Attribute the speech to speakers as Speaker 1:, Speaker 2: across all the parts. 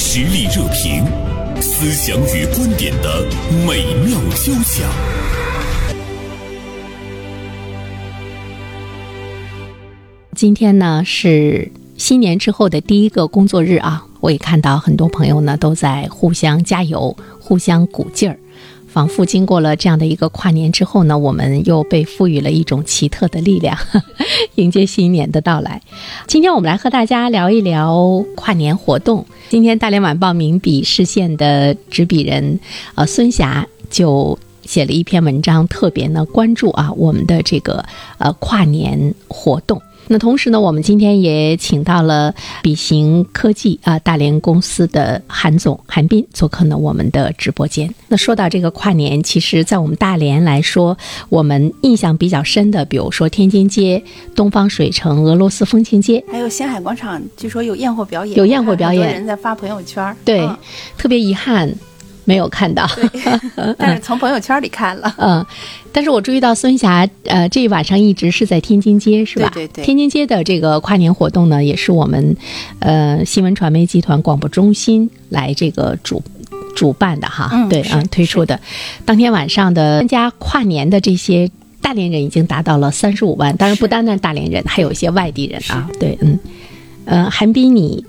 Speaker 1: 实力热评，思想与观点的美妙交响。
Speaker 2: 今天呢是新年之后的第一个工作日啊，我也看到很多朋友呢都在互相加油、互相鼓劲儿，仿佛经过了这样的一个跨年之后呢，我们又被赋予了一种奇特的力量， 迎接新年的到来。今天我们来和大家聊一聊跨年活动。今天《大连晚报》名笔视线的执笔人呃孙霞就写了一篇文章，特别呢关注啊我们的这个呃跨年活动。那同时呢，我们今天也请到了笔行科技啊、大连公司的韩总韩斌做客呢我们的直播间。那说到这个跨年，其实在我们大连来说，我们印象比较深的，比如说天津街、东方水城、俄罗斯风情街，
Speaker 3: 还有星海广场，据说有焰火表演，
Speaker 2: 啊有焰火表演
Speaker 3: 我看很多人在发朋友圈儿。
Speaker 2: 对，
Speaker 3: 嗯
Speaker 2: 特别遗憾没有看到。
Speaker 3: 对，但是从朋友圈里看了。
Speaker 2: 嗯，但是我注意到孙霞，呃，这一晚上一直是在天津街，是吧？
Speaker 3: 对对对
Speaker 2: 天津街的这个跨年活动呢，也是我们，呃，新闻传媒集团广播中心来这个主主办的哈，
Speaker 3: 嗯
Speaker 2: 对，
Speaker 3: 是
Speaker 2: 嗯，推出的。当天晚上的参加跨年的这些大连人已经达到了三十五万，当然不
Speaker 3: 是
Speaker 2: 单单是大连人，还有一些外地人啊，对，嗯，呃，韩冰，你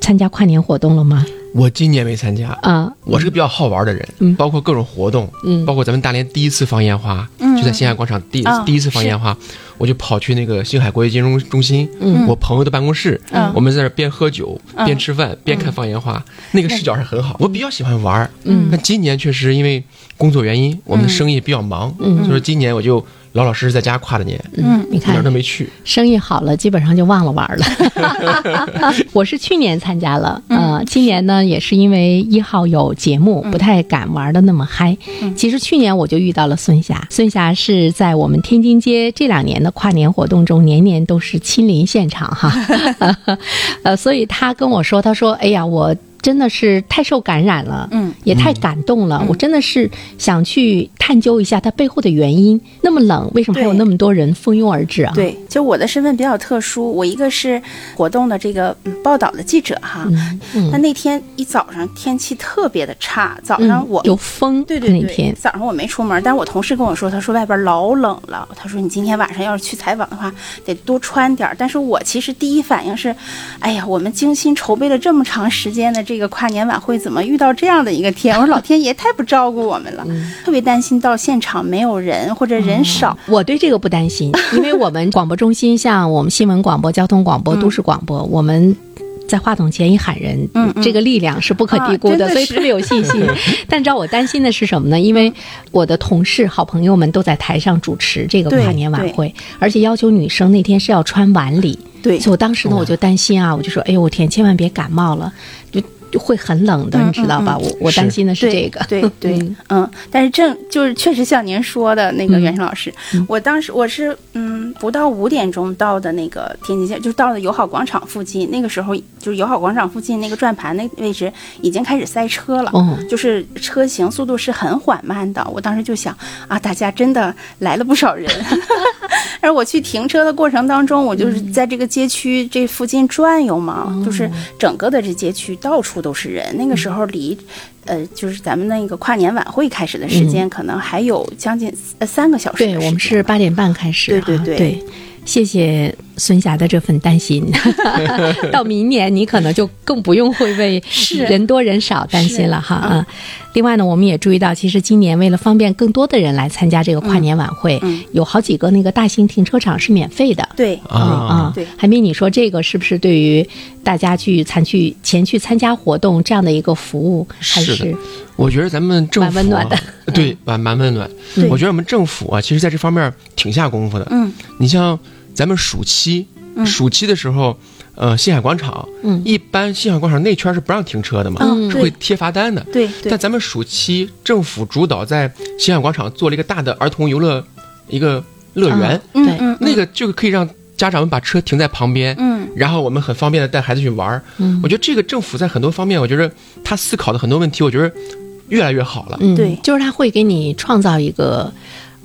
Speaker 2: 参加跨年活动了吗？
Speaker 4: 我今年没参加，
Speaker 2: 啊、
Speaker 4: 我是个比较好玩的人，
Speaker 2: 嗯
Speaker 4: 包括各种活动，
Speaker 2: 嗯
Speaker 4: 包括咱们大连第一次放烟花，
Speaker 3: 嗯
Speaker 4: 就在星海广场第、
Speaker 3: 哦
Speaker 4: 第一次放烟花，我就跑去那个星海国际金融中心，
Speaker 2: 嗯
Speaker 4: 我朋友的办公室，
Speaker 3: 嗯
Speaker 4: 我们在那儿边喝酒、
Speaker 3: 嗯
Speaker 4: 边吃饭边看放烟花，那个视角是很好。我比较喜欢玩儿，
Speaker 2: 嗯
Speaker 4: 但今年确实因为工作原因，我们的生意比较忙，
Speaker 2: 嗯
Speaker 4: 所以说今年我就老老实实在家跨的年，
Speaker 2: 嗯
Speaker 3: 嗯，
Speaker 2: 你
Speaker 4: 一哪
Speaker 2: 看
Speaker 4: 儿都没去。
Speaker 2: 生意好了，基本上就忘了玩儿 了。我是去年参加了，
Speaker 3: 嗯
Speaker 2: 呃，今年呢也是因为一号有节目，不太敢玩的那么嗨。
Speaker 3: 嗯
Speaker 2: 其实去年我就遇到了孙霞，孙霞是在我们天津街这两年的跨年活动中，年年都是亲临现场 哈。呃，所以她跟我说，她说：“哎呀，我。”真的是太受感染了，
Speaker 3: 嗯，
Speaker 2: 也太感动了。我真的是想去探究一下它背后的原因。那么冷，为什么还有
Speaker 3: 对
Speaker 2: 那么多人蜂拥而至啊？
Speaker 3: 对，就我的身份比较特殊，我一个是活动的这个嗯报道的记者哈。
Speaker 2: 嗯
Speaker 3: 那那天一早上天气特别的差，早上我、
Speaker 2: 嗯、有风，
Speaker 3: 对对
Speaker 2: 那
Speaker 3: 对
Speaker 2: 天，
Speaker 3: 早上我没出门，但是我同事跟我说，他说外边老冷了，他说你今天晚上要是去采访的话，得多穿点儿。但是我其实第一反应是，哎呀，我们精心筹备了这么长时间的这个跨年晚会，怎么遇到这样的一个天？我说老天爷太不照顾我们了，特别担心到现场没有人或者人少。
Speaker 2: 我对这个不担心，因为我们广播中心，像我们新闻广播、交通广播、都市广播，我们。在话筒前一喊人，
Speaker 3: 嗯嗯
Speaker 2: 这个力量是不可低估的，
Speaker 3: 啊真的
Speaker 2: 所以
Speaker 3: 是
Speaker 2: 特别有信 心。但你知道我担心的是什么呢？因为我的同事、好朋友们都在台上主持这个
Speaker 3: 对
Speaker 2: 跨年晚会，而且要求女生那天是要穿晚礼，
Speaker 3: 对
Speaker 2: 所以我当时呢，我就担心啊，我就说，哎呦，我天，千万别感冒了，就就会很冷的，你知道吧？我我担心的是这个，
Speaker 3: 嗯 对对对，嗯，但是正就是确实像您说的那个
Speaker 2: 嗯
Speaker 3: 袁生老师，我当时我是嗯不到五点钟到的那个天津街，就是到的友好广场附近，那个时候就是友好广场附近那个转盘那位置已经开始塞车了，
Speaker 2: 哦
Speaker 3: 就是车型速度是很缓慢的。我当时就想啊，大家真的来了不少人。而我去停车的过程当中，我就是
Speaker 2: 嗯
Speaker 3: 在这个街区这附近转悠嘛，
Speaker 2: 哦
Speaker 3: 就是整个的这街区到处都是人。
Speaker 2: 嗯
Speaker 3: 那个时候离，呃，就是咱们那个跨年晚会开始的时间，可能还有将近呃三个小时的时
Speaker 2: 嗯对
Speaker 3: 间吧。
Speaker 2: 我们是八点半开始啊，
Speaker 3: 对对对
Speaker 2: 谢谢孙霞的这份担 心， 到明年你可能就更不用会为人多人少担心了哈啊。另外呢，我们也注意到，其实今年为了方便更多的人来参加这个跨年晚会，
Speaker 3: 嗯
Speaker 2: 有好几个那个大型停车场是免费的。
Speaker 3: 对
Speaker 4: 啊
Speaker 2: 啊，
Speaker 3: 对
Speaker 2: 韩冰，你说这个是不是对于大家去参去前去参加活动这样的一个服务，还
Speaker 4: 是的
Speaker 2: 是
Speaker 4: 我觉得咱们政府、啊、
Speaker 2: 蛮温暖的
Speaker 4: 对，蛮蛮温暖
Speaker 3: 对。
Speaker 4: 我觉得我们政府啊，其实在这方面挺下功夫的。
Speaker 3: 嗯，
Speaker 4: 你像咱们暑期，暑期的时候，呃，星海广场，
Speaker 2: 嗯
Speaker 4: 一般星海广场内圈是不让停车的嘛，
Speaker 3: 嗯
Speaker 4: 是会贴罚单的。
Speaker 3: 对
Speaker 4: 但
Speaker 3: 对
Speaker 4: 咱们暑期政府主导在星海广场做了一个大的儿童游乐一个乐园，
Speaker 2: 嗯
Speaker 3: 嗯
Speaker 2: 对
Speaker 3: 嗯
Speaker 4: 那个就可以让家长们把车停在旁边，
Speaker 3: 嗯
Speaker 4: 然后我们很方便的带孩子去玩儿。
Speaker 2: 嗯
Speaker 4: 我觉得这个政府在很多方面，我觉得他思考的很多问题，我觉得越来越好了。
Speaker 2: 嗯，
Speaker 3: 对
Speaker 2: 就是他会给你创造一个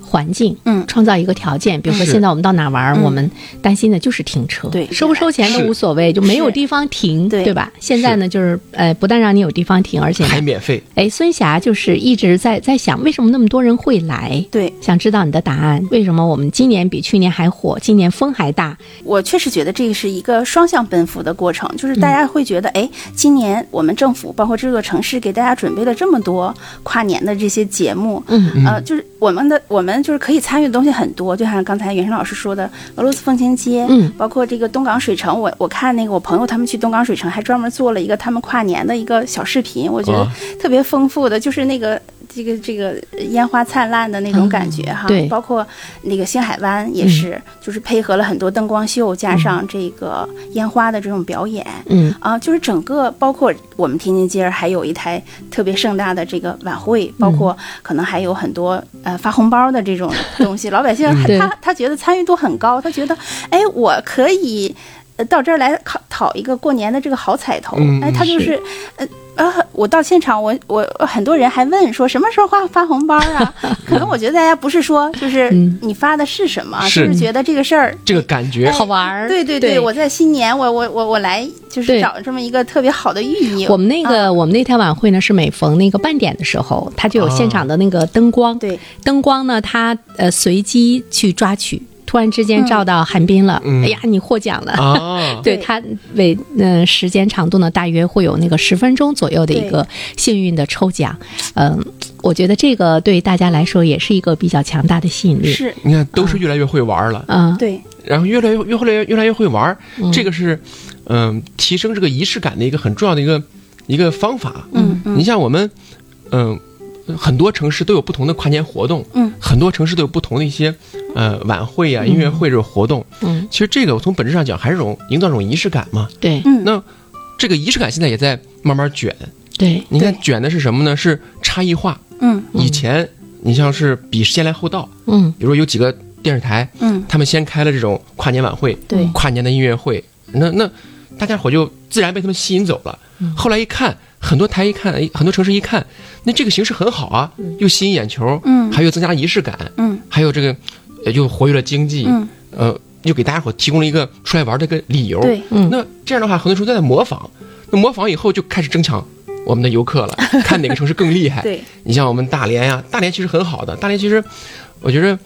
Speaker 2: 环境，
Speaker 3: 嗯
Speaker 2: 创造一个条件。比如说
Speaker 4: 是
Speaker 2: 现在我们到哪玩儿，
Speaker 3: 嗯
Speaker 2: 我们担心的就是停车，
Speaker 3: 对
Speaker 2: 收不收钱都
Speaker 4: 是
Speaker 2: 无所谓，就没有
Speaker 3: 是
Speaker 2: 地方停，
Speaker 3: 对
Speaker 2: 对吧？现在呢，就是呃，不但让你有地方停，而且呢
Speaker 4: 还免费，
Speaker 2: 哎，孙霞就是一直在在想，为什么那么多人会来？
Speaker 3: 对
Speaker 2: 想知道你的答案，为什么我们今年比去年还火，今年风还大？
Speaker 3: 我确实觉得这个是一个双向奔赴的过程，就是
Speaker 2: 嗯
Speaker 3: 大家会觉得，哎、今年我们政府包括这座城市给大家准备了这么多跨年的这些节目，
Speaker 2: 嗯
Speaker 3: 呃，就是我们的我们就是可以参与的东西很多，就像刚才袁生老师说的，俄罗斯风情街，
Speaker 2: 嗯，
Speaker 3: 包括这个东港水城，我我看那个我朋友他们去东港水城还专门做了一个他们跨年的一个小视频，我觉得
Speaker 2: 啊
Speaker 4: 哇
Speaker 3: 特别丰富的，就是那个。这个这个烟花灿烂的那种感觉哈，
Speaker 2: 嗯对嗯
Speaker 3: 包括那个星海湾也是，就是配合了很多灯光秀，加上这个烟花的这种表演，
Speaker 2: 嗯，
Speaker 3: 啊，就是整个包括我们天津街儿还有一台特别盛大的这个晚会，包括可能还有很多呃发红包的这种东西，老百姓还
Speaker 2: 对
Speaker 3: 他他觉得参与度很高，他觉得哎我可以。呃到这儿来考讨一个过年的这个好彩头，
Speaker 4: 嗯
Speaker 3: 哎，他就是是，呃呃，我到现场，我我很多人还问说什么时候发发红包啊？ 可能我觉得大家不是说就是
Speaker 2: 嗯
Speaker 3: 你发的是什么，
Speaker 4: 是
Speaker 3: 就是觉得这个事儿
Speaker 4: 这个感觉
Speaker 2: 好玩儿。
Speaker 3: 哎对对
Speaker 2: 对，
Speaker 3: 我在新年，我我我我来就是
Speaker 2: 对
Speaker 3: 找这么一个特别好的寓意。
Speaker 2: 我们那个、
Speaker 3: 嗯
Speaker 2: 我们那天晚会呢是每逢那个半点的时候，它就有现场的那个灯光，
Speaker 3: 对
Speaker 2: 灯光呢它呃随机去抓取，突然之间
Speaker 3: 嗯
Speaker 2: 照到韩冰了，
Speaker 4: 嗯
Speaker 2: 哎呀你获奖了。
Speaker 4: 啊，
Speaker 2: 对
Speaker 3: 对
Speaker 2: 它为嗯、时间长度呢，大约会有那个十分钟左右的一个幸运的抽奖，嗯、我觉得这个对大家来说也是一个比较强大的吸引力。
Speaker 3: 是
Speaker 4: 你看都是越来越会玩了，
Speaker 2: 嗯，
Speaker 3: 对
Speaker 4: 然后越来越越后来越来越会玩，这个是嗯、提升这个仪式感的一个很重要的一个一个方法。
Speaker 3: 嗯嗯
Speaker 4: 你像我们嗯、很多城市都有不同的跨年活动，
Speaker 3: 嗯，
Speaker 4: 很多城市都有不同的一些呃晚会啊、音乐会这种活动。
Speaker 2: 嗯，
Speaker 4: 其实这个我从本质上讲还是一种营造一种仪式感嘛。
Speaker 2: 对
Speaker 3: 嗯，
Speaker 4: 那这个仪式感现在也在慢慢卷，
Speaker 2: 对，
Speaker 4: 你看
Speaker 3: 对
Speaker 4: 卷的是什么呢？是差异化。
Speaker 3: 嗯
Speaker 4: 以前你像是比先来后到，
Speaker 2: 嗯
Speaker 4: 比如说有几个电视台，
Speaker 3: 嗯
Speaker 4: 他们先开了这种跨年晚会，
Speaker 3: 对
Speaker 4: 跨年的音乐会，那那大家伙就自然被他们吸引走了。
Speaker 3: 嗯
Speaker 4: 后来一看，很多台一看，哎很多城市一看，那这个形式很好啊，又吸引眼球，
Speaker 3: 嗯
Speaker 4: 还有增加仪式感，
Speaker 3: 嗯
Speaker 4: 还有这个呃又活跃了经济，
Speaker 3: 嗯
Speaker 4: 呃，又给大家伙提供了一个出来玩的一个理由。
Speaker 3: 对
Speaker 2: 嗯
Speaker 4: 那这样的话，很多时候都在模仿，那模仿以后就开始争抢我们的游客了， 看哪个城市更厉害。
Speaker 3: 对
Speaker 4: 你像我们大连呀、大连其实很好的，大连其实我觉着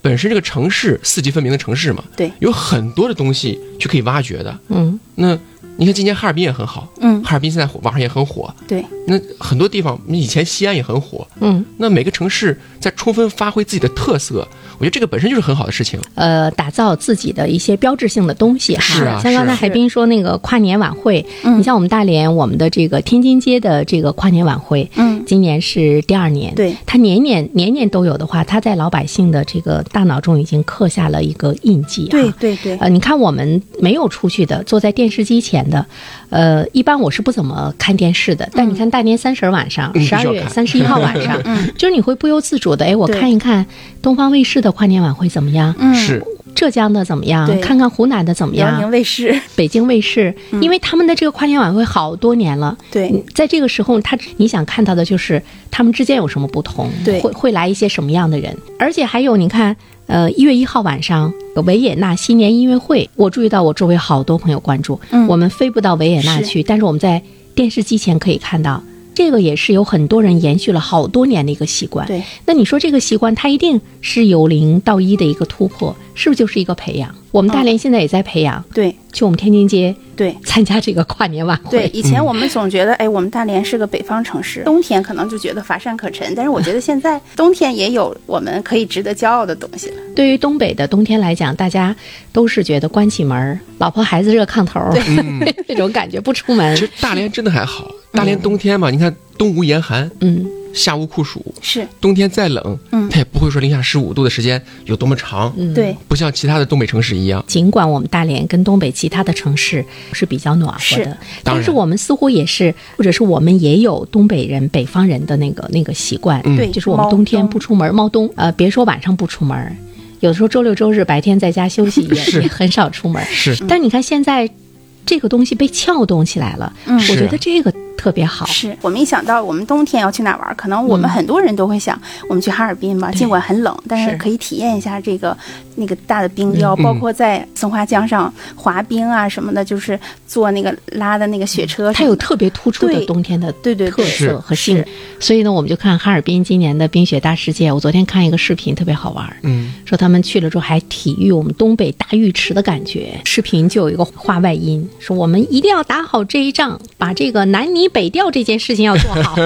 Speaker 4: 本身这个城市四季分明的城市嘛，
Speaker 3: 对，
Speaker 4: 有很多的东西去可以挖掘的。
Speaker 2: 嗯
Speaker 4: 那你看今年哈尔滨也很好，
Speaker 3: 嗯
Speaker 4: 哈尔滨现在火网上也很火，
Speaker 3: 对
Speaker 4: 那很多地方以前西安也很火。
Speaker 2: 嗯，
Speaker 4: 那每个城市在充分发挥自己的特色，我觉得这个本身就是很好的事情。
Speaker 2: 呃，打造自己的一些标志性的东西哈。
Speaker 4: 是啊
Speaker 2: 像刚
Speaker 4: 是
Speaker 2: 才
Speaker 4: 啊
Speaker 2: 海滨说那个跨年晚会，
Speaker 3: 嗯
Speaker 2: 你像我们大连，我们的这个天津街的这个跨年晚会，
Speaker 3: 嗯
Speaker 2: 今年是第二年，
Speaker 3: 对
Speaker 2: 它年年年年都有的话，它在老百姓的这个大脑中已经刻下了一个印记、啊。
Speaker 3: 对对对
Speaker 2: 呃，你看我们没有出去的，坐在电视机前的，呃，一般我是不怎么看电视
Speaker 3: 嗯
Speaker 2: 的。但你看大年三十晚上，
Speaker 4: 嗯
Speaker 2: 十二、
Speaker 4: 必须要
Speaker 2: 月三
Speaker 4: 看嗯
Speaker 2: 十一号晚上，就是你会不由自主的，哎，我
Speaker 3: 嗯对
Speaker 2: 看一看东方卫视的跨年晚会怎么样，
Speaker 3: 嗯
Speaker 4: 是，
Speaker 2: 浙江的怎么样，
Speaker 3: 对
Speaker 2: 看看湖南的怎么
Speaker 3: 辽宁嗯
Speaker 2: 样，
Speaker 3: 卫视
Speaker 2: 北京卫视，因为他们的这个跨年晚会好多年了。嗯
Speaker 3: 对
Speaker 2: 在这个时候，他你想看到的就是他们之间有什么不同，
Speaker 3: 对
Speaker 2: 会会来一些什么样的人，而且还有你看，呃，一月一号晚上呃维也纳新年音乐会，我注意到我周围好多朋友关注，
Speaker 3: 嗯
Speaker 2: 我们飞不到维也纳
Speaker 3: 是
Speaker 2: 去，但是我们在电视机前可以看到，这个也是有很多人延续了好多年的一个习惯。
Speaker 3: 对，
Speaker 2: 那你说这个习惯，它一定是由零到一的一个突破，是不是就是一个培养？我们大
Speaker 3: 哦
Speaker 2: 连现在也在培养，
Speaker 3: 对
Speaker 2: 去我们天津街
Speaker 3: 对。
Speaker 2: 参加这个跨年晚
Speaker 3: 对
Speaker 2: 会，。
Speaker 3: 以
Speaker 4: 嗯
Speaker 3: 前我们总觉得，哎，我们大连是个北方城市，冬天可能就觉得乏善可陈，但是我觉得现在冬天也有我们可以值得骄傲的东西了。
Speaker 2: 对于东北的冬天来讲，大家都是觉得关起门儿，老婆孩子热炕头儿，
Speaker 4: 嗯
Speaker 2: 那种感觉不出门
Speaker 4: 其。实大连真的还好，大连冬天嘛，你看冬无严寒，
Speaker 2: 嗯，
Speaker 4: 夏无酷暑，
Speaker 3: 是，
Speaker 4: 冬天再冷，
Speaker 3: 嗯
Speaker 4: 它也不会说零下十五度的时间有多么长，
Speaker 2: 嗯
Speaker 3: 对，
Speaker 4: 不像其他的东北城市一样。
Speaker 2: 尽管我们大连跟东北其他的城市是比较暖和
Speaker 3: 是
Speaker 2: 的，但
Speaker 4: 当然
Speaker 2: 是我们似乎也是，或者是我们也有东北人、北方人的那个那个习惯，
Speaker 4: 嗯
Speaker 3: 对，
Speaker 2: 就是我们
Speaker 3: 猫
Speaker 2: 冬天
Speaker 3: 冬
Speaker 2: 不出门，猫冬，呃，别说晚上不出门儿，有的时候周六周日白天在家休息也
Speaker 4: 是
Speaker 2: 也很少出门儿。
Speaker 4: 是，
Speaker 2: 但你看现在这个东西被撬动起来了，
Speaker 3: 嗯
Speaker 2: 我觉
Speaker 4: 是
Speaker 2: 得这个特别好。
Speaker 3: 是哦我们一想到我们冬天要去哪儿玩儿，可能我们很多人都会想，我们去哈尔滨吧，
Speaker 2: 嗯对
Speaker 3: 尽管很冷，但
Speaker 2: 是嗯
Speaker 3: 是可以体验一下这个那个大的冰雕，包括在松花江上滑冰啊什么的，就是坐那个拉的那个雪车什么的，
Speaker 2: 嗯它有特别突出的
Speaker 3: 对
Speaker 2: 冬天的
Speaker 3: 对对
Speaker 2: 特
Speaker 3: 对，
Speaker 2: 色和
Speaker 3: 是
Speaker 2: 性，所以呢，我们就看哈尔滨今年的冰雪大世界。我昨天看一个视频，特别好玩儿，
Speaker 4: 嗯，
Speaker 2: 说他们去了之后还体育我们东北大浴池的感觉。视频就有一个话外音，说我们一定要打好这一仗，把这个南泥北调这件事情要做好。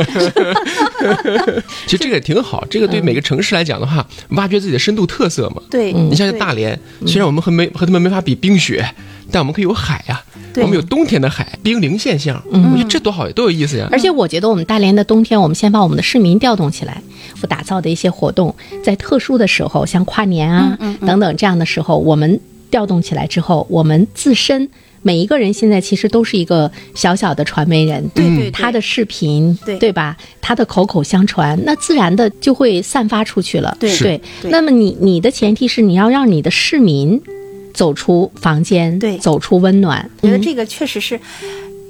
Speaker 4: 其实这个也挺好，这个
Speaker 2: 嗯
Speaker 4: 对每个城市来讲的话，挖掘自己的深度特色嘛。
Speaker 3: 对，
Speaker 2: 嗯
Speaker 4: 你像
Speaker 3: 对
Speaker 4: 大连，虽然我们和没和他们没法比冰雪，但我们可以有海呀、
Speaker 3: 对
Speaker 4: 我们有冬天的海，冰凌现象，我觉得这多好呀，多有意思呀。
Speaker 2: 嗯而且我觉得我们大连的冬天，我们先把我们的市民调动起来，我打造的一些活动，在特殊的时候，像跨年啊、
Speaker 3: 嗯
Speaker 2: 等等这样的时候，我们调动起来之后，我们自身每一个人现在其实都是一个小小的传媒人，
Speaker 3: 对对对
Speaker 2: 他嗯的视频，
Speaker 3: 对
Speaker 2: 对吧？他的口口相传，那自然的就会散发出去了。
Speaker 3: 对
Speaker 4: 是
Speaker 2: 对，
Speaker 3: 对
Speaker 2: 那么你你的前提是你要让你的市民走出房间，
Speaker 3: 对
Speaker 2: 走出温暖。嗯
Speaker 3: 我觉得这个确实是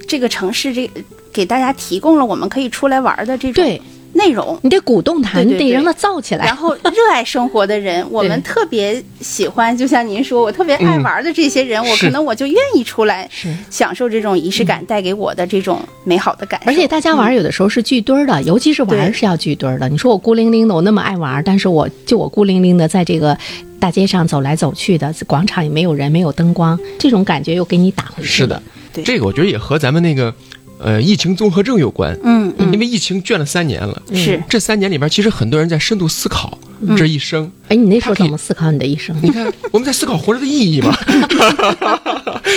Speaker 3: 这个城市这给大家提供了我们可以出来玩儿的这种
Speaker 2: 对
Speaker 3: 内容。
Speaker 2: 你得鼓动他，
Speaker 3: 对对
Speaker 2: 你得
Speaker 3: 对
Speaker 2: 让他燥起来。
Speaker 3: 然后热爱生活的人，我们特别喜欢，就像您说，我特别爱玩儿的这些人，我
Speaker 4: 是
Speaker 3: 可能我就愿意出来
Speaker 2: 是
Speaker 3: 享受这种仪式感带给我的这种美好的感受。
Speaker 2: 而且大家
Speaker 4: 嗯
Speaker 2: 玩儿有的时候是聚堆儿的，尤其是玩儿
Speaker 3: 对
Speaker 2: 是要聚堆儿的。你说我孤零零的，我那么爱玩儿，但是我就我孤零零的在这个大街上走来走去的，广场也没有人，没有灯光，这种感觉又给你打回去。
Speaker 4: 是的，，
Speaker 3: 对
Speaker 4: 这个我觉得也和咱们那个呃疫情综合症有关。
Speaker 3: 嗯，嗯，
Speaker 4: 因为疫情卷了三年了，
Speaker 2: 嗯
Speaker 3: 是
Speaker 4: 这三年里边，其实很多人在深度思考这一生。
Speaker 2: 哎，你那时候
Speaker 4: 它可以
Speaker 2: 怎么思考你的一生？
Speaker 4: 你看，我们在思考活着的意 义嘛？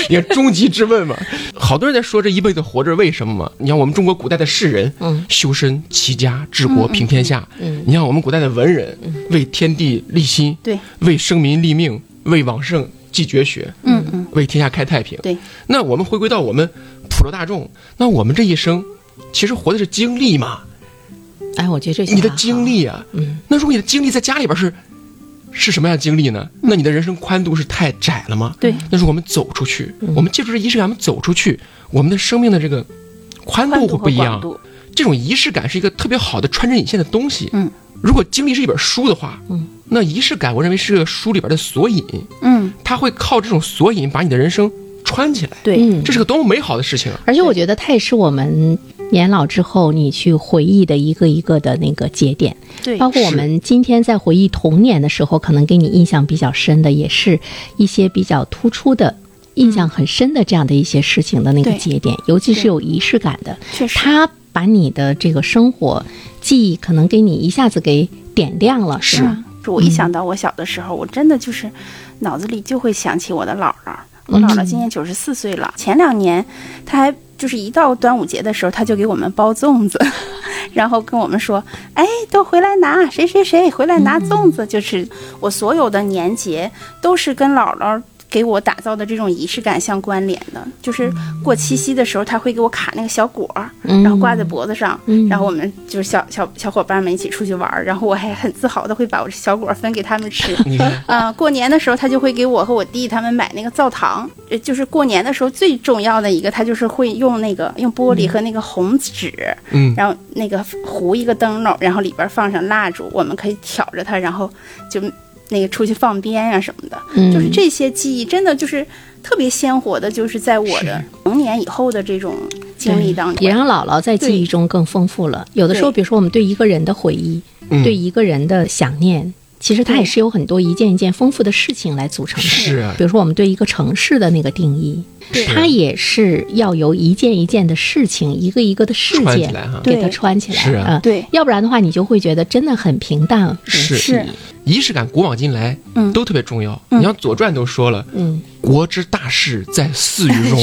Speaker 4: 你看，终极之问嘛。好多人在说这一辈子活着为什么嘛？你看我们中国古代的士人，
Speaker 2: 嗯
Speaker 4: 修身齐家治国平天下。
Speaker 2: 嗯
Speaker 4: 你看我们古代的文人，为天地立心，
Speaker 3: 对，
Speaker 4: 为生民立命，为往圣继绝学，
Speaker 3: 嗯嗯，
Speaker 4: 为天下开太平。
Speaker 3: 对，
Speaker 4: 那我们回归到我们普罗大众，那我们这一生其实活的是经历嘛，
Speaker 2: 哎，我觉得这
Speaker 4: 你的经，历啊。
Speaker 2: 嗯，
Speaker 4: 那如果你的经历在家里边是是什么样的经历呢？那你的人生宽度是太窄了吗？
Speaker 3: 对，嗯
Speaker 4: 那如果我们走出去，我们借助这仪式感，我们走出去，我们的生命的这个宽
Speaker 3: 宽
Speaker 4: 度
Speaker 3: 度
Speaker 4: 会
Speaker 3: 和
Speaker 4: 不一
Speaker 3: 广
Speaker 4: 样。
Speaker 3: 度，
Speaker 4: 这种仪式感是一个特别好的穿针引线的东西。
Speaker 3: 嗯，
Speaker 4: 如果经历是一本书的话，嗯，那仪式感我认为是个书里边的索引，
Speaker 3: 嗯，
Speaker 4: 它会靠这种索引把你的人生穿起来。
Speaker 3: 对，
Speaker 2: 嗯，
Speaker 4: 这是个多么美好的事情啊！
Speaker 2: 而且我觉得它也是我们年老之后你去回忆的一个一个的那个节点。
Speaker 3: 对，
Speaker 2: 包括我们今天在回忆童年的时候，可能给你印象比较深的，也是一些比较突出的、印象很深的这样的一些事情的那个
Speaker 3: 对
Speaker 2: 节点，尤其是
Speaker 3: 对
Speaker 2: 有仪式感的，
Speaker 3: 确实
Speaker 2: 它把你的这个生活记忆可能给你一下子给点亮了，是吧？
Speaker 3: 就我一想到我小的时候，我真的就是脑子里就会想起我的姥姥。我姥姥今年九十四岁了，前两年她还就是一到端午节的时候，她就给我们包粽子， 然后跟我们说：“哎，都回来拿，谁谁谁回来拿粽子。”就是我所有的年节都是跟姥姥。给我打造的这种仪式感相关联的，就是过七夕的时候，她会给我卡那个小果儿，啊
Speaker 2: 嗯
Speaker 3: 然后挂在脖子上，然后我们就是小小小伙伴们一起出去玩儿，然后我还很自豪的会把我这小果儿分给他们吃。
Speaker 4: 你看，
Speaker 3: 呃，过年的时候他就会给我和我弟他们买那个灶糖，呃就是过年的时候最重要的一个，他就是会用那个用玻璃和那个红纸，
Speaker 4: 嗯，
Speaker 3: 然后那个糊一个灯笼，然后里边放上蜡烛，我们可以挑着它，然后就那个出去放鞭呀、什么的，
Speaker 2: 嗯
Speaker 3: 就是这些记忆真的就是特别鲜活的，就是在我的成年以后的这种经历当
Speaker 2: 也
Speaker 3: 中，
Speaker 2: 让姥姥在记忆中更丰富了。有的时候，
Speaker 3: 对
Speaker 2: 比如说我们对一个人的回忆，
Speaker 4: 嗯
Speaker 2: 对一个人的想念，其实它
Speaker 3: 对
Speaker 2: 也是有很多一件一件丰富的事情来组成的。
Speaker 4: 是啊
Speaker 2: 比如说我们对一个城市的那个定义，
Speaker 3: 对
Speaker 2: 它也是要由一件一件的事情，一个一个的事
Speaker 4: 串起
Speaker 2: 件
Speaker 4: 来哈
Speaker 2: 给它
Speaker 3: 对
Speaker 2: 穿起来。
Speaker 4: 是啊
Speaker 2: 嗯
Speaker 3: 对
Speaker 2: 要不然的话，你就会觉得真的很平淡无
Speaker 4: 是
Speaker 2: 趣。
Speaker 4: 仪式感古往今来，
Speaker 3: 嗯
Speaker 4: 都特别重要。你像《左传》都说了，
Speaker 2: 嗯，
Speaker 4: 国之大事在祀与 戎，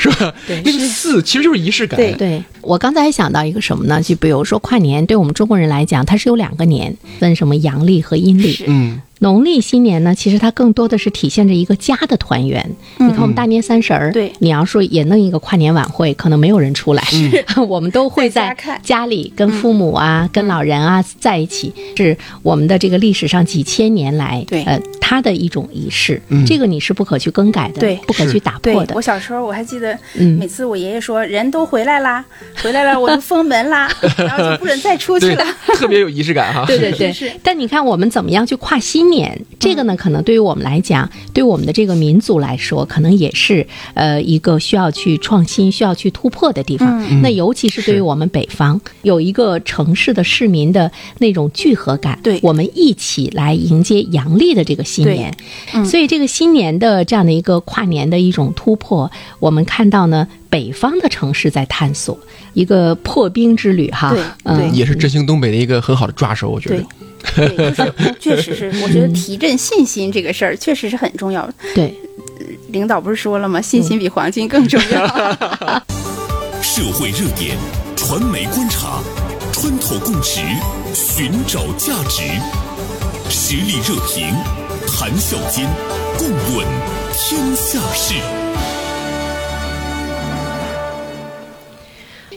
Speaker 4: 是吧？
Speaker 2: 对
Speaker 4: 那个祀其实就是仪式感。
Speaker 3: 对
Speaker 2: 对我刚才还想到一个什么呢？就比如说跨年，对我们中国人来讲，它是有两个年，分什么阳历和阴历。
Speaker 4: 嗯，
Speaker 2: 农历新年呢，其实它更多的是体现着一个家的团圆。你看我们大年三十儿，
Speaker 3: 嗯对
Speaker 2: 你要说也弄一个跨年晚会，可能没有人出来， 我们都会
Speaker 3: 嗯在家
Speaker 2: 在
Speaker 3: 看嗯
Speaker 2: 家里跟父母啊、跟老人啊在一起，是我们的这个历史上几千年来
Speaker 3: 对
Speaker 2: 呃它的一种仪式，
Speaker 4: 嗯
Speaker 2: 这个你是不可去更改的，
Speaker 3: 对
Speaker 2: 不可去打
Speaker 3: 对
Speaker 2: 破的
Speaker 3: 我。小时候我还记得，
Speaker 2: 嗯
Speaker 3: 每次我爷爷说人都回来啦，回来了我就封门啦，然后就不准再出去
Speaker 4: 对
Speaker 3: 了。，
Speaker 4: 特别有仪 式感哈。
Speaker 2: 对对对
Speaker 3: 是嗯是，
Speaker 2: 但你看我们怎么样去跨新年？这个呢，可能对于我们来讲，对我们的这个民族来说，可能也是呃一个需要去创新、需要去突破的地方。
Speaker 3: 嗯
Speaker 2: 那尤其是对于
Speaker 4: 是
Speaker 2: 我们北方，有一个城市的市民的那种聚合感，
Speaker 3: 对
Speaker 2: 我们一起来迎接阳历的这个新年。
Speaker 3: 嗯
Speaker 2: 所以这个新年的这样的一个跨年的一种突破，我们看到呢，北方的城市在探索一个破冰之旅哈。
Speaker 3: 对对
Speaker 2: 嗯
Speaker 4: 也是振兴东北的一个很好的抓手，我觉得
Speaker 3: 对。，对，就是确实是，我觉得提振信心这个事儿确实是很重要的。
Speaker 2: 对。
Speaker 3: 领导不是说了吗？信心比黄金更重要。
Speaker 1: 社会热点，传媒观察，穿透共识，寻找价值，实力热评，谈笑间，共论天下事。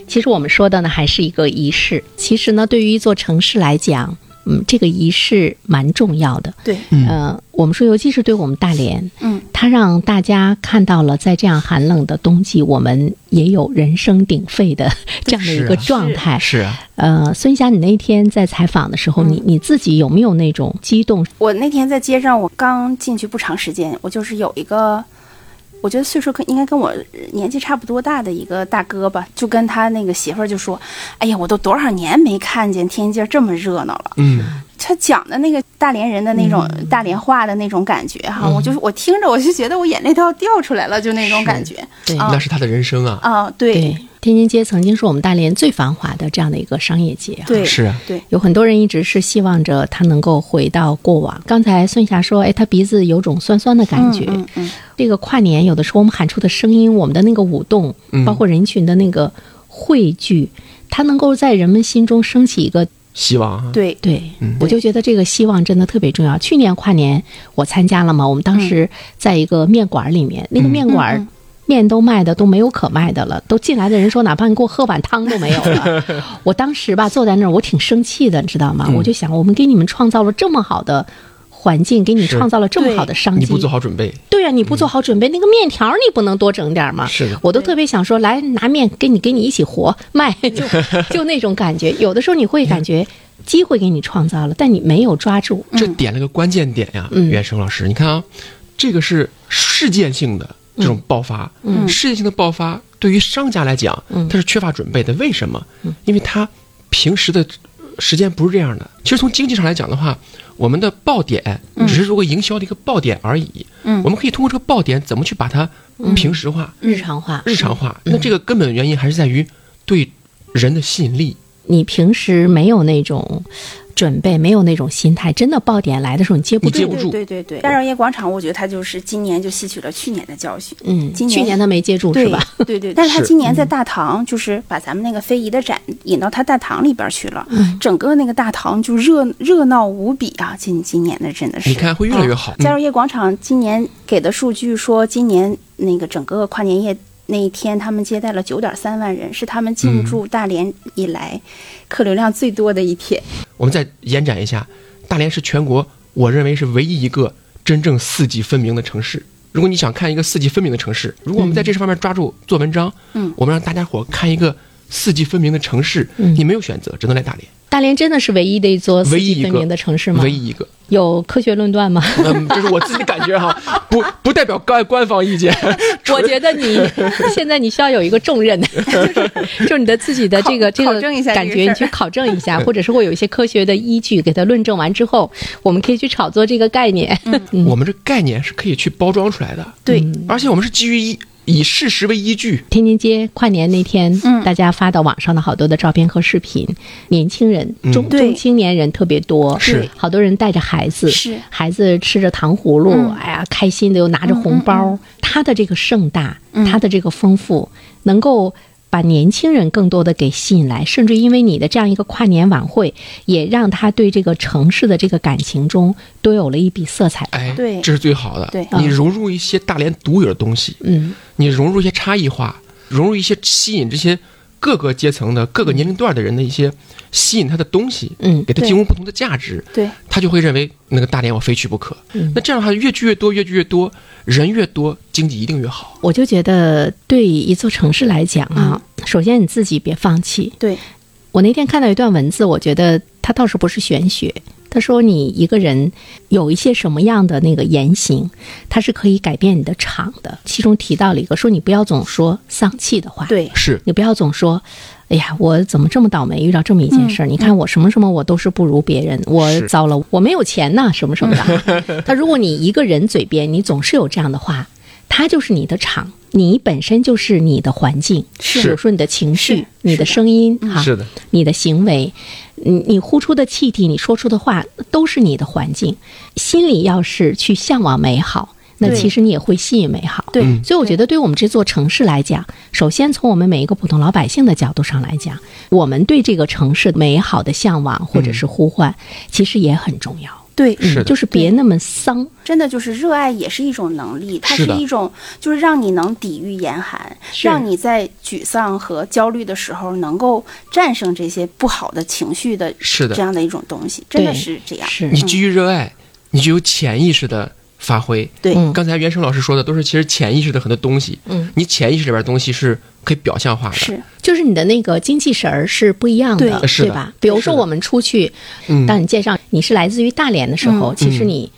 Speaker 2: 其实我们说的呢，还是一个仪式。其实呢，对于一座城市来讲，嗯，这个仪式蛮重要的。
Speaker 3: 对，
Speaker 4: 嗯
Speaker 2: 呃，我们说，尤其是对我们大连，
Speaker 3: 嗯，
Speaker 2: 它让大家看到了，在这样寒冷的冬季，我们也有人声鼎沸的 这样的一
Speaker 4: 是
Speaker 2: 个
Speaker 4: 啊
Speaker 2: 状态。
Speaker 4: 是啊，
Speaker 2: 呃，孙霞，你那天在采访的时候，你你自己有没有那种激动？
Speaker 3: 我那天在街上，我刚进去不长时间，我就是有一个，我觉得岁数跟应该跟我年纪差不多大的一个大哥吧，就跟他那个媳妇儿就说：“哎呀，我都多少年没看见天津这么热闹了。”
Speaker 4: 嗯，
Speaker 3: 他讲的那个大连人的那种大连话的那种感觉哈，我就是我听着我就觉得我眼泪都要掉出来了，就那种感觉
Speaker 2: 对
Speaker 3: 啊
Speaker 4: 那是他的人生啊。
Speaker 3: 啊，对，
Speaker 2: 天津街曾经是我们大连最繁华的这样的一个商业街哈。
Speaker 3: 对
Speaker 4: 是啊，
Speaker 3: 对
Speaker 2: 有很多人一直是希望着他能够回到过往。刚才孙霞说，哎，她鼻子有种酸酸的感觉。
Speaker 3: 嗯嗯
Speaker 2: 这个跨年，有的时候我们喊出的声音，我们的那个舞动，包括人群的那个汇聚，它能够在人们心中升起一个
Speaker 4: 希望啊。
Speaker 3: 对
Speaker 2: 对，我就觉得这个希望真的特别重要。去年跨年我参加了嘛，我们当时在一个面馆里面，那个面馆儿
Speaker 3: 嗯嗯嗯
Speaker 2: 面都卖的都没有可卖的了，都进来的人说，哪怕你给我喝碗汤都没有了。 我当时吧坐在那儿，我挺生气的，你知道吗？
Speaker 4: 嗯
Speaker 2: 我就想，我们给你们创造了这么好的环境，给你
Speaker 4: 是
Speaker 2: 创造了这么好的商机，
Speaker 4: 你不做好准备，
Speaker 2: 对啊呀、你不做好准备，那个面条儿你不能多整点儿
Speaker 3: 啊
Speaker 2: 吗？
Speaker 4: 是的
Speaker 2: 我都特别想说，来拿面给你，给你一起 和卖，就就那种感觉。有的时候你会感
Speaker 4: 嗯
Speaker 2: 觉机会给你创造了，但你没有抓住。
Speaker 3: 嗯
Speaker 4: 这点了个关键点呀，袁生老师，你看啊，这个是事件性的这种爆发，
Speaker 3: 嗯
Speaker 4: 事件性的爆发对于商家来讲，他是缺乏准备的。为什么？
Speaker 3: 嗯
Speaker 4: 因为他平时的时间不是这样的。其实从经济上来讲的话，我们的爆点只是如果营销的一个爆点而已。
Speaker 3: 嗯
Speaker 4: 我们可以通过这个爆点怎么去把它平时化、
Speaker 2: 日常化，
Speaker 4: 日常化？
Speaker 3: 嗯
Speaker 4: 那这个根本原因还是在于对人的吸引力。
Speaker 2: 你平时没有那种准备，没有那种心态，真的爆点来的时候你接不
Speaker 4: 你接
Speaker 2: 住
Speaker 4: 不。住
Speaker 3: 对对对，大饶业广场，我觉得他就是今年就吸取了去年的教训，
Speaker 2: 嗯，
Speaker 3: 今
Speaker 2: 去年他没接住
Speaker 3: 对
Speaker 2: 是吧？？
Speaker 3: 对对，但是他
Speaker 4: 是
Speaker 3: 今年在大堂，就是把咱们那个非遗的展引到他大堂里边去了，整个那个大堂就热热闹无比啊！今今年的真的是，
Speaker 4: 你看会越来越
Speaker 3: 啊
Speaker 4: 好。
Speaker 3: 加入夜广场今年给的数据说，今年那个整个跨年夜那一天，他们接待了九点三万人，是他们
Speaker 4: 嗯
Speaker 3: 进驻大连以来客流量最多的一天。
Speaker 4: 我们再延展一下，大连是全国我认为是唯一一个真正四季分明的城市。如果你想看一个四季分明的城市，如果我们在这方面抓住做文章，
Speaker 3: 嗯，
Speaker 4: 我们让大家伙看一个四季分明的城市，你没有选择，只能来大连，
Speaker 2: 大连真的是唯一的一座四
Speaker 4: 唯一
Speaker 2: 季
Speaker 4: 一
Speaker 2: 分
Speaker 4: 个
Speaker 2: 明的
Speaker 3: 嗯
Speaker 2: 城市吗？
Speaker 4: 唯一一个，
Speaker 2: 有科学论断吗？
Speaker 4: 嗯，这是我自己的感 觉哈，不不代表官官方意见，
Speaker 2: 我觉得 你现在你需要有一个重任， 就是就是你的自己的这个这
Speaker 3: 考
Speaker 2: 个
Speaker 3: 考证一下
Speaker 2: 感
Speaker 3: 这
Speaker 2: 觉，
Speaker 3: 个事
Speaker 2: 你
Speaker 3: 儿
Speaker 2: 去考证一 下，或者是会有一些科学的依据给它论证完之后，我们可以去炒作这个概念。
Speaker 4: 我们这概念是可以去包装出来的，
Speaker 3: 嗯
Speaker 4: 嗯
Speaker 3: 对，
Speaker 4: 而且我们是基于一以事实为依据，
Speaker 2: 天津街跨年那天，
Speaker 3: 嗯
Speaker 2: 大家发到网上的好多的照片和视频，年轻人、中
Speaker 3: 对
Speaker 2: 中青年人特别多，
Speaker 4: 是
Speaker 2: 好多人带着孩子，
Speaker 3: 是嗯
Speaker 2: 孩子吃着糖葫芦，哎呀，开心的又拿着红包，他的这个盛大，
Speaker 3: 嗯
Speaker 2: 他的这个丰富，能够。把年轻人更多的给吸引来，甚至因为你的这样一个跨年晚会，也让他对这个城市的这个感情中多有了一笔色彩。
Speaker 4: 哎，
Speaker 3: 对
Speaker 4: 这是最好的，
Speaker 3: 对嗯
Speaker 4: 你融入一些大连独有的东西，
Speaker 2: 嗯，
Speaker 4: 你融入一些差异化，融入一些吸引这些各个阶层的、各个年龄段的人的一些吸引他的东西，
Speaker 2: 嗯
Speaker 4: 给他
Speaker 3: 对
Speaker 4: 提供不同的价值，
Speaker 3: 对，
Speaker 4: 他就会认为那个大连我非去不可。
Speaker 2: 嗯
Speaker 4: 那这样的话，越聚越多，越聚越多，人越多，经济一定越好。
Speaker 2: 我就觉得对一座城市来讲啊，首先你自己别放弃。
Speaker 3: 对，
Speaker 2: 我那天看到一段文字，我觉得它倒是不是玄学。他说你一个人有一些什么样的那个言行，它是可以改变你的场的。其中提到了一个，说你不要总说丧气的话，
Speaker 3: 对，
Speaker 4: 是
Speaker 2: 你不要总说，哎呀，我怎么这么倒霉，遇到这么一
Speaker 3: 嗯
Speaker 2: 件事儿？你看我什么什么，我都是不如别人，我
Speaker 4: 是
Speaker 2: 糟了，我没有钱呐、什么什么 的。他如果你一个人嘴边，你总是有这样的话，他就是你的场，你本身就是你的环境，
Speaker 3: 是
Speaker 2: 比如说你的情
Speaker 3: 是
Speaker 2: 绪
Speaker 3: 的、
Speaker 2: 你的声音哈、
Speaker 4: 是的，
Speaker 2: 你的行为，你你呼出的气体，你说出的话，都是你的环境。心里要是去向往美好，那
Speaker 3: 对
Speaker 2: 其实你也会吸引美好。
Speaker 3: 对嗯
Speaker 2: 所以我觉得对我们这座城市来讲，首先从我们每一个普通老百姓的角度上来讲，我们对这个城市美好的向往或者是呼唤，其实也很重要。
Speaker 3: 对，
Speaker 4: 是的
Speaker 2: 就是别那么丧。
Speaker 3: 真的就是热爱也是一种能力，它
Speaker 4: 是
Speaker 3: 是
Speaker 4: 的
Speaker 3: 一种就是让你能抵御严寒，
Speaker 2: 是
Speaker 3: 让你在沮丧和焦虑的时候能够战胜这些不好的情绪的，
Speaker 4: 是的
Speaker 3: 这样的一种东西，真的是这样，
Speaker 2: 是
Speaker 4: 你基于热爱，你就有潜意识的发挥。
Speaker 3: 对，
Speaker 2: 嗯
Speaker 4: 刚才袁生老师说的都是其实潜意识的很多东西，
Speaker 2: 嗯，
Speaker 4: 你潜意识里边的东西是可以表象化的，
Speaker 3: 是
Speaker 2: 就是你的那个精气神儿是不一样的，
Speaker 3: 对
Speaker 4: 是的
Speaker 2: 吧？比如
Speaker 4: 是
Speaker 2: 说
Speaker 4: 的
Speaker 2: 我们出去，
Speaker 4: 嗯
Speaker 2: 当你介绍你是来自于大连的时候，其实你。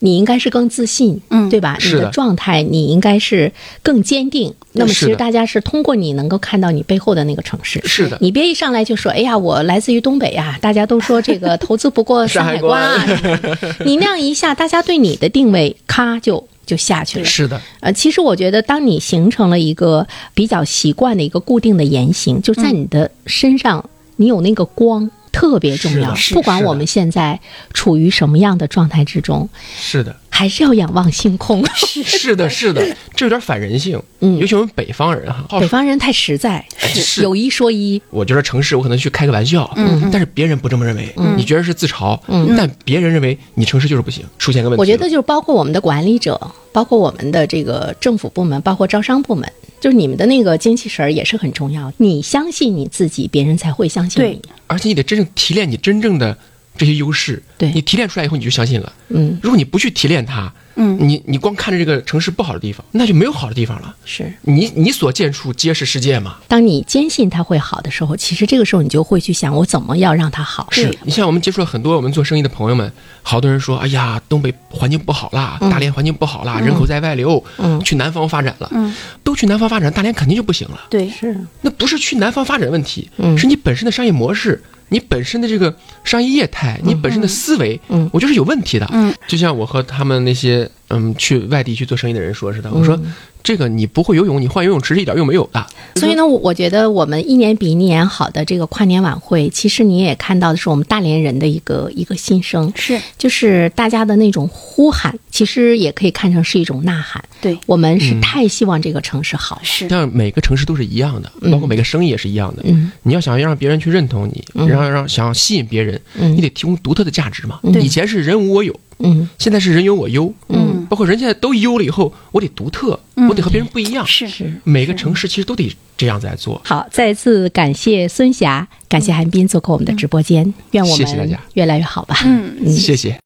Speaker 2: 你应该是更自信，
Speaker 3: 嗯
Speaker 2: 对吧？
Speaker 4: 是的
Speaker 2: 你的状态，你应该是更坚定。那么，其
Speaker 4: 是
Speaker 2: 实
Speaker 4: 的
Speaker 2: 大家是通过你能够看到你背后的那个城市。
Speaker 4: 是的
Speaker 2: 你别一上来就说：“哎呀，我来自于东北啊！”大家都说这个投资不过山
Speaker 4: 山海
Speaker 2: 海关啊。你那样一下，大家对你的定位咔就就下去了。
Speaker 4: 是的，
Speaker 2: 呃，其实我觉得，当你形成了一个比较习惯的一个固定的言行，就在你的身上，你有那个光。特别重要
Speaker 4: 是，的
Speaker 2: 不管
Speaker 4: 是的
Speaker 2: 我们现在处于什么样的状态之中，
Speaker 4: 是的，
Speaker 2: 还是要仰望星空。
Speaker 4: 是的，是的，这有点反人性，
Speaker 2: 嗯
Speaker 4: 尤其我们北方人哈，好
Speaker 2: 北
Speaker 4: 说
Speaker 2: 方人太实在，
Speaker 4: 是
Speaker 2: 有一说一，
Speaker 4: 我觉得城市我可能去开个玩笑，嗯，但是别人不这么认为，你觉得是自嘲，嗯，但别人认为你城市就是不行，出现个问题了，
Speaker 2: 我觉得就是包括我们的管理者，包括我们的这个政府部门，包括招商部门，就是你们的那个精气神儿也是很重要。你相信你自己，别人才会相信
Speaker 3: 对
Speaker 2: 你。
Speaker 4: 而且你得真正提炼你真正的这些优势，
Speaker 2: 对
Speaker 4: 你提炼出来以后你就相信了，
Speaker 2: 嗯，
Speaker 4: 如果你不去提炼它，
Speaker 3: 嗯
Speaker 4: 你你光看着这个城市不好的地方，那就没有好的地方了，
Speaker 2: 是。
Speaker 4: 你你所见处皆是世界嘛，
Speaker 2: 当你坚信它会好的时候，其实这个时候你就会去想，我怎么要让它好？
Speaker 3: 是
Speaker 4: 你像我们接触了很多我们做生意的朋友们，好多人说，哎呀，东北环境不好啦，大连环境不好啦，人口在外流，
Speaker 2: 嗯
Speaker 4: 去南方发展了，
Speaker 3: 嗯
Speaker 4: 都去南方发展，大连肯定就不行了。
Speaker 3: 对，
Speaker 2: 是，
Speaker 4: 那不是去南方发展问题，
Speaker 2: 嗯
Speaker 4: 是你本身的商业模式，你本身的这个商业业态，你本身的思维，
Speaker 2: 嗯
Speaker 4: 我觉得是有问题的。
Speaker 3: 嗯
Speaker 4: 就像我和他们那些嗯去外地去做生意的人说似的，我说、
Speaker 2: 嗯
Speaker 4: 这个你不会游泳，你换游泳池是一点用没有的。
Speaker 2: 所以呢，我我觉得我们一年比一年好的这个跨年晚会，其实你也看到的是我们大连人的一个一个心声，
Speaker 3: 是
Speaker 2: 就是大家的那种呼喊，其实也可以看成是一种呐喊。
Speaker 3: 对，
Speaker 2: 我们是太希望这个城市好了，
Speaker 3: 是
Speaker 4: 像每个城市都是一样的，包括每个生意也是一样的。
Speaker 2: 嗯
Speaker 4: 你要想让别人去认同你，
Speaker 2: 嗯
Speaker 4: 然后让想要吸引别人，
Speaker 2: 嗯
Speaker 4: 你得提供独特的价值嘛。
Speaker 3: 对
Speaker 4: 以前是人无我有，
Speaker 2: 嗯
Speaker 4: 现在是人有我优，
Speaker 3: 嗯
Speaker 4: 包括人现在都优了以后，我得独特，我得和别人不一样。
Speaker 3: 是
Speaker 2: 是。
Speaker 4: 每个城市其实都得这样在做。
Speaker 2: 好，再次感谢孙霞，感谢韩斌做客我们的直播间，愿我
Speaker 4: 谢谢大
Speaker 2: 们
Speaker 4: 家
Speaker 2: 越来越好吧。
Speaker 3: 嗯
Speaker 2: 嗯
Speaker 4: 谢谢。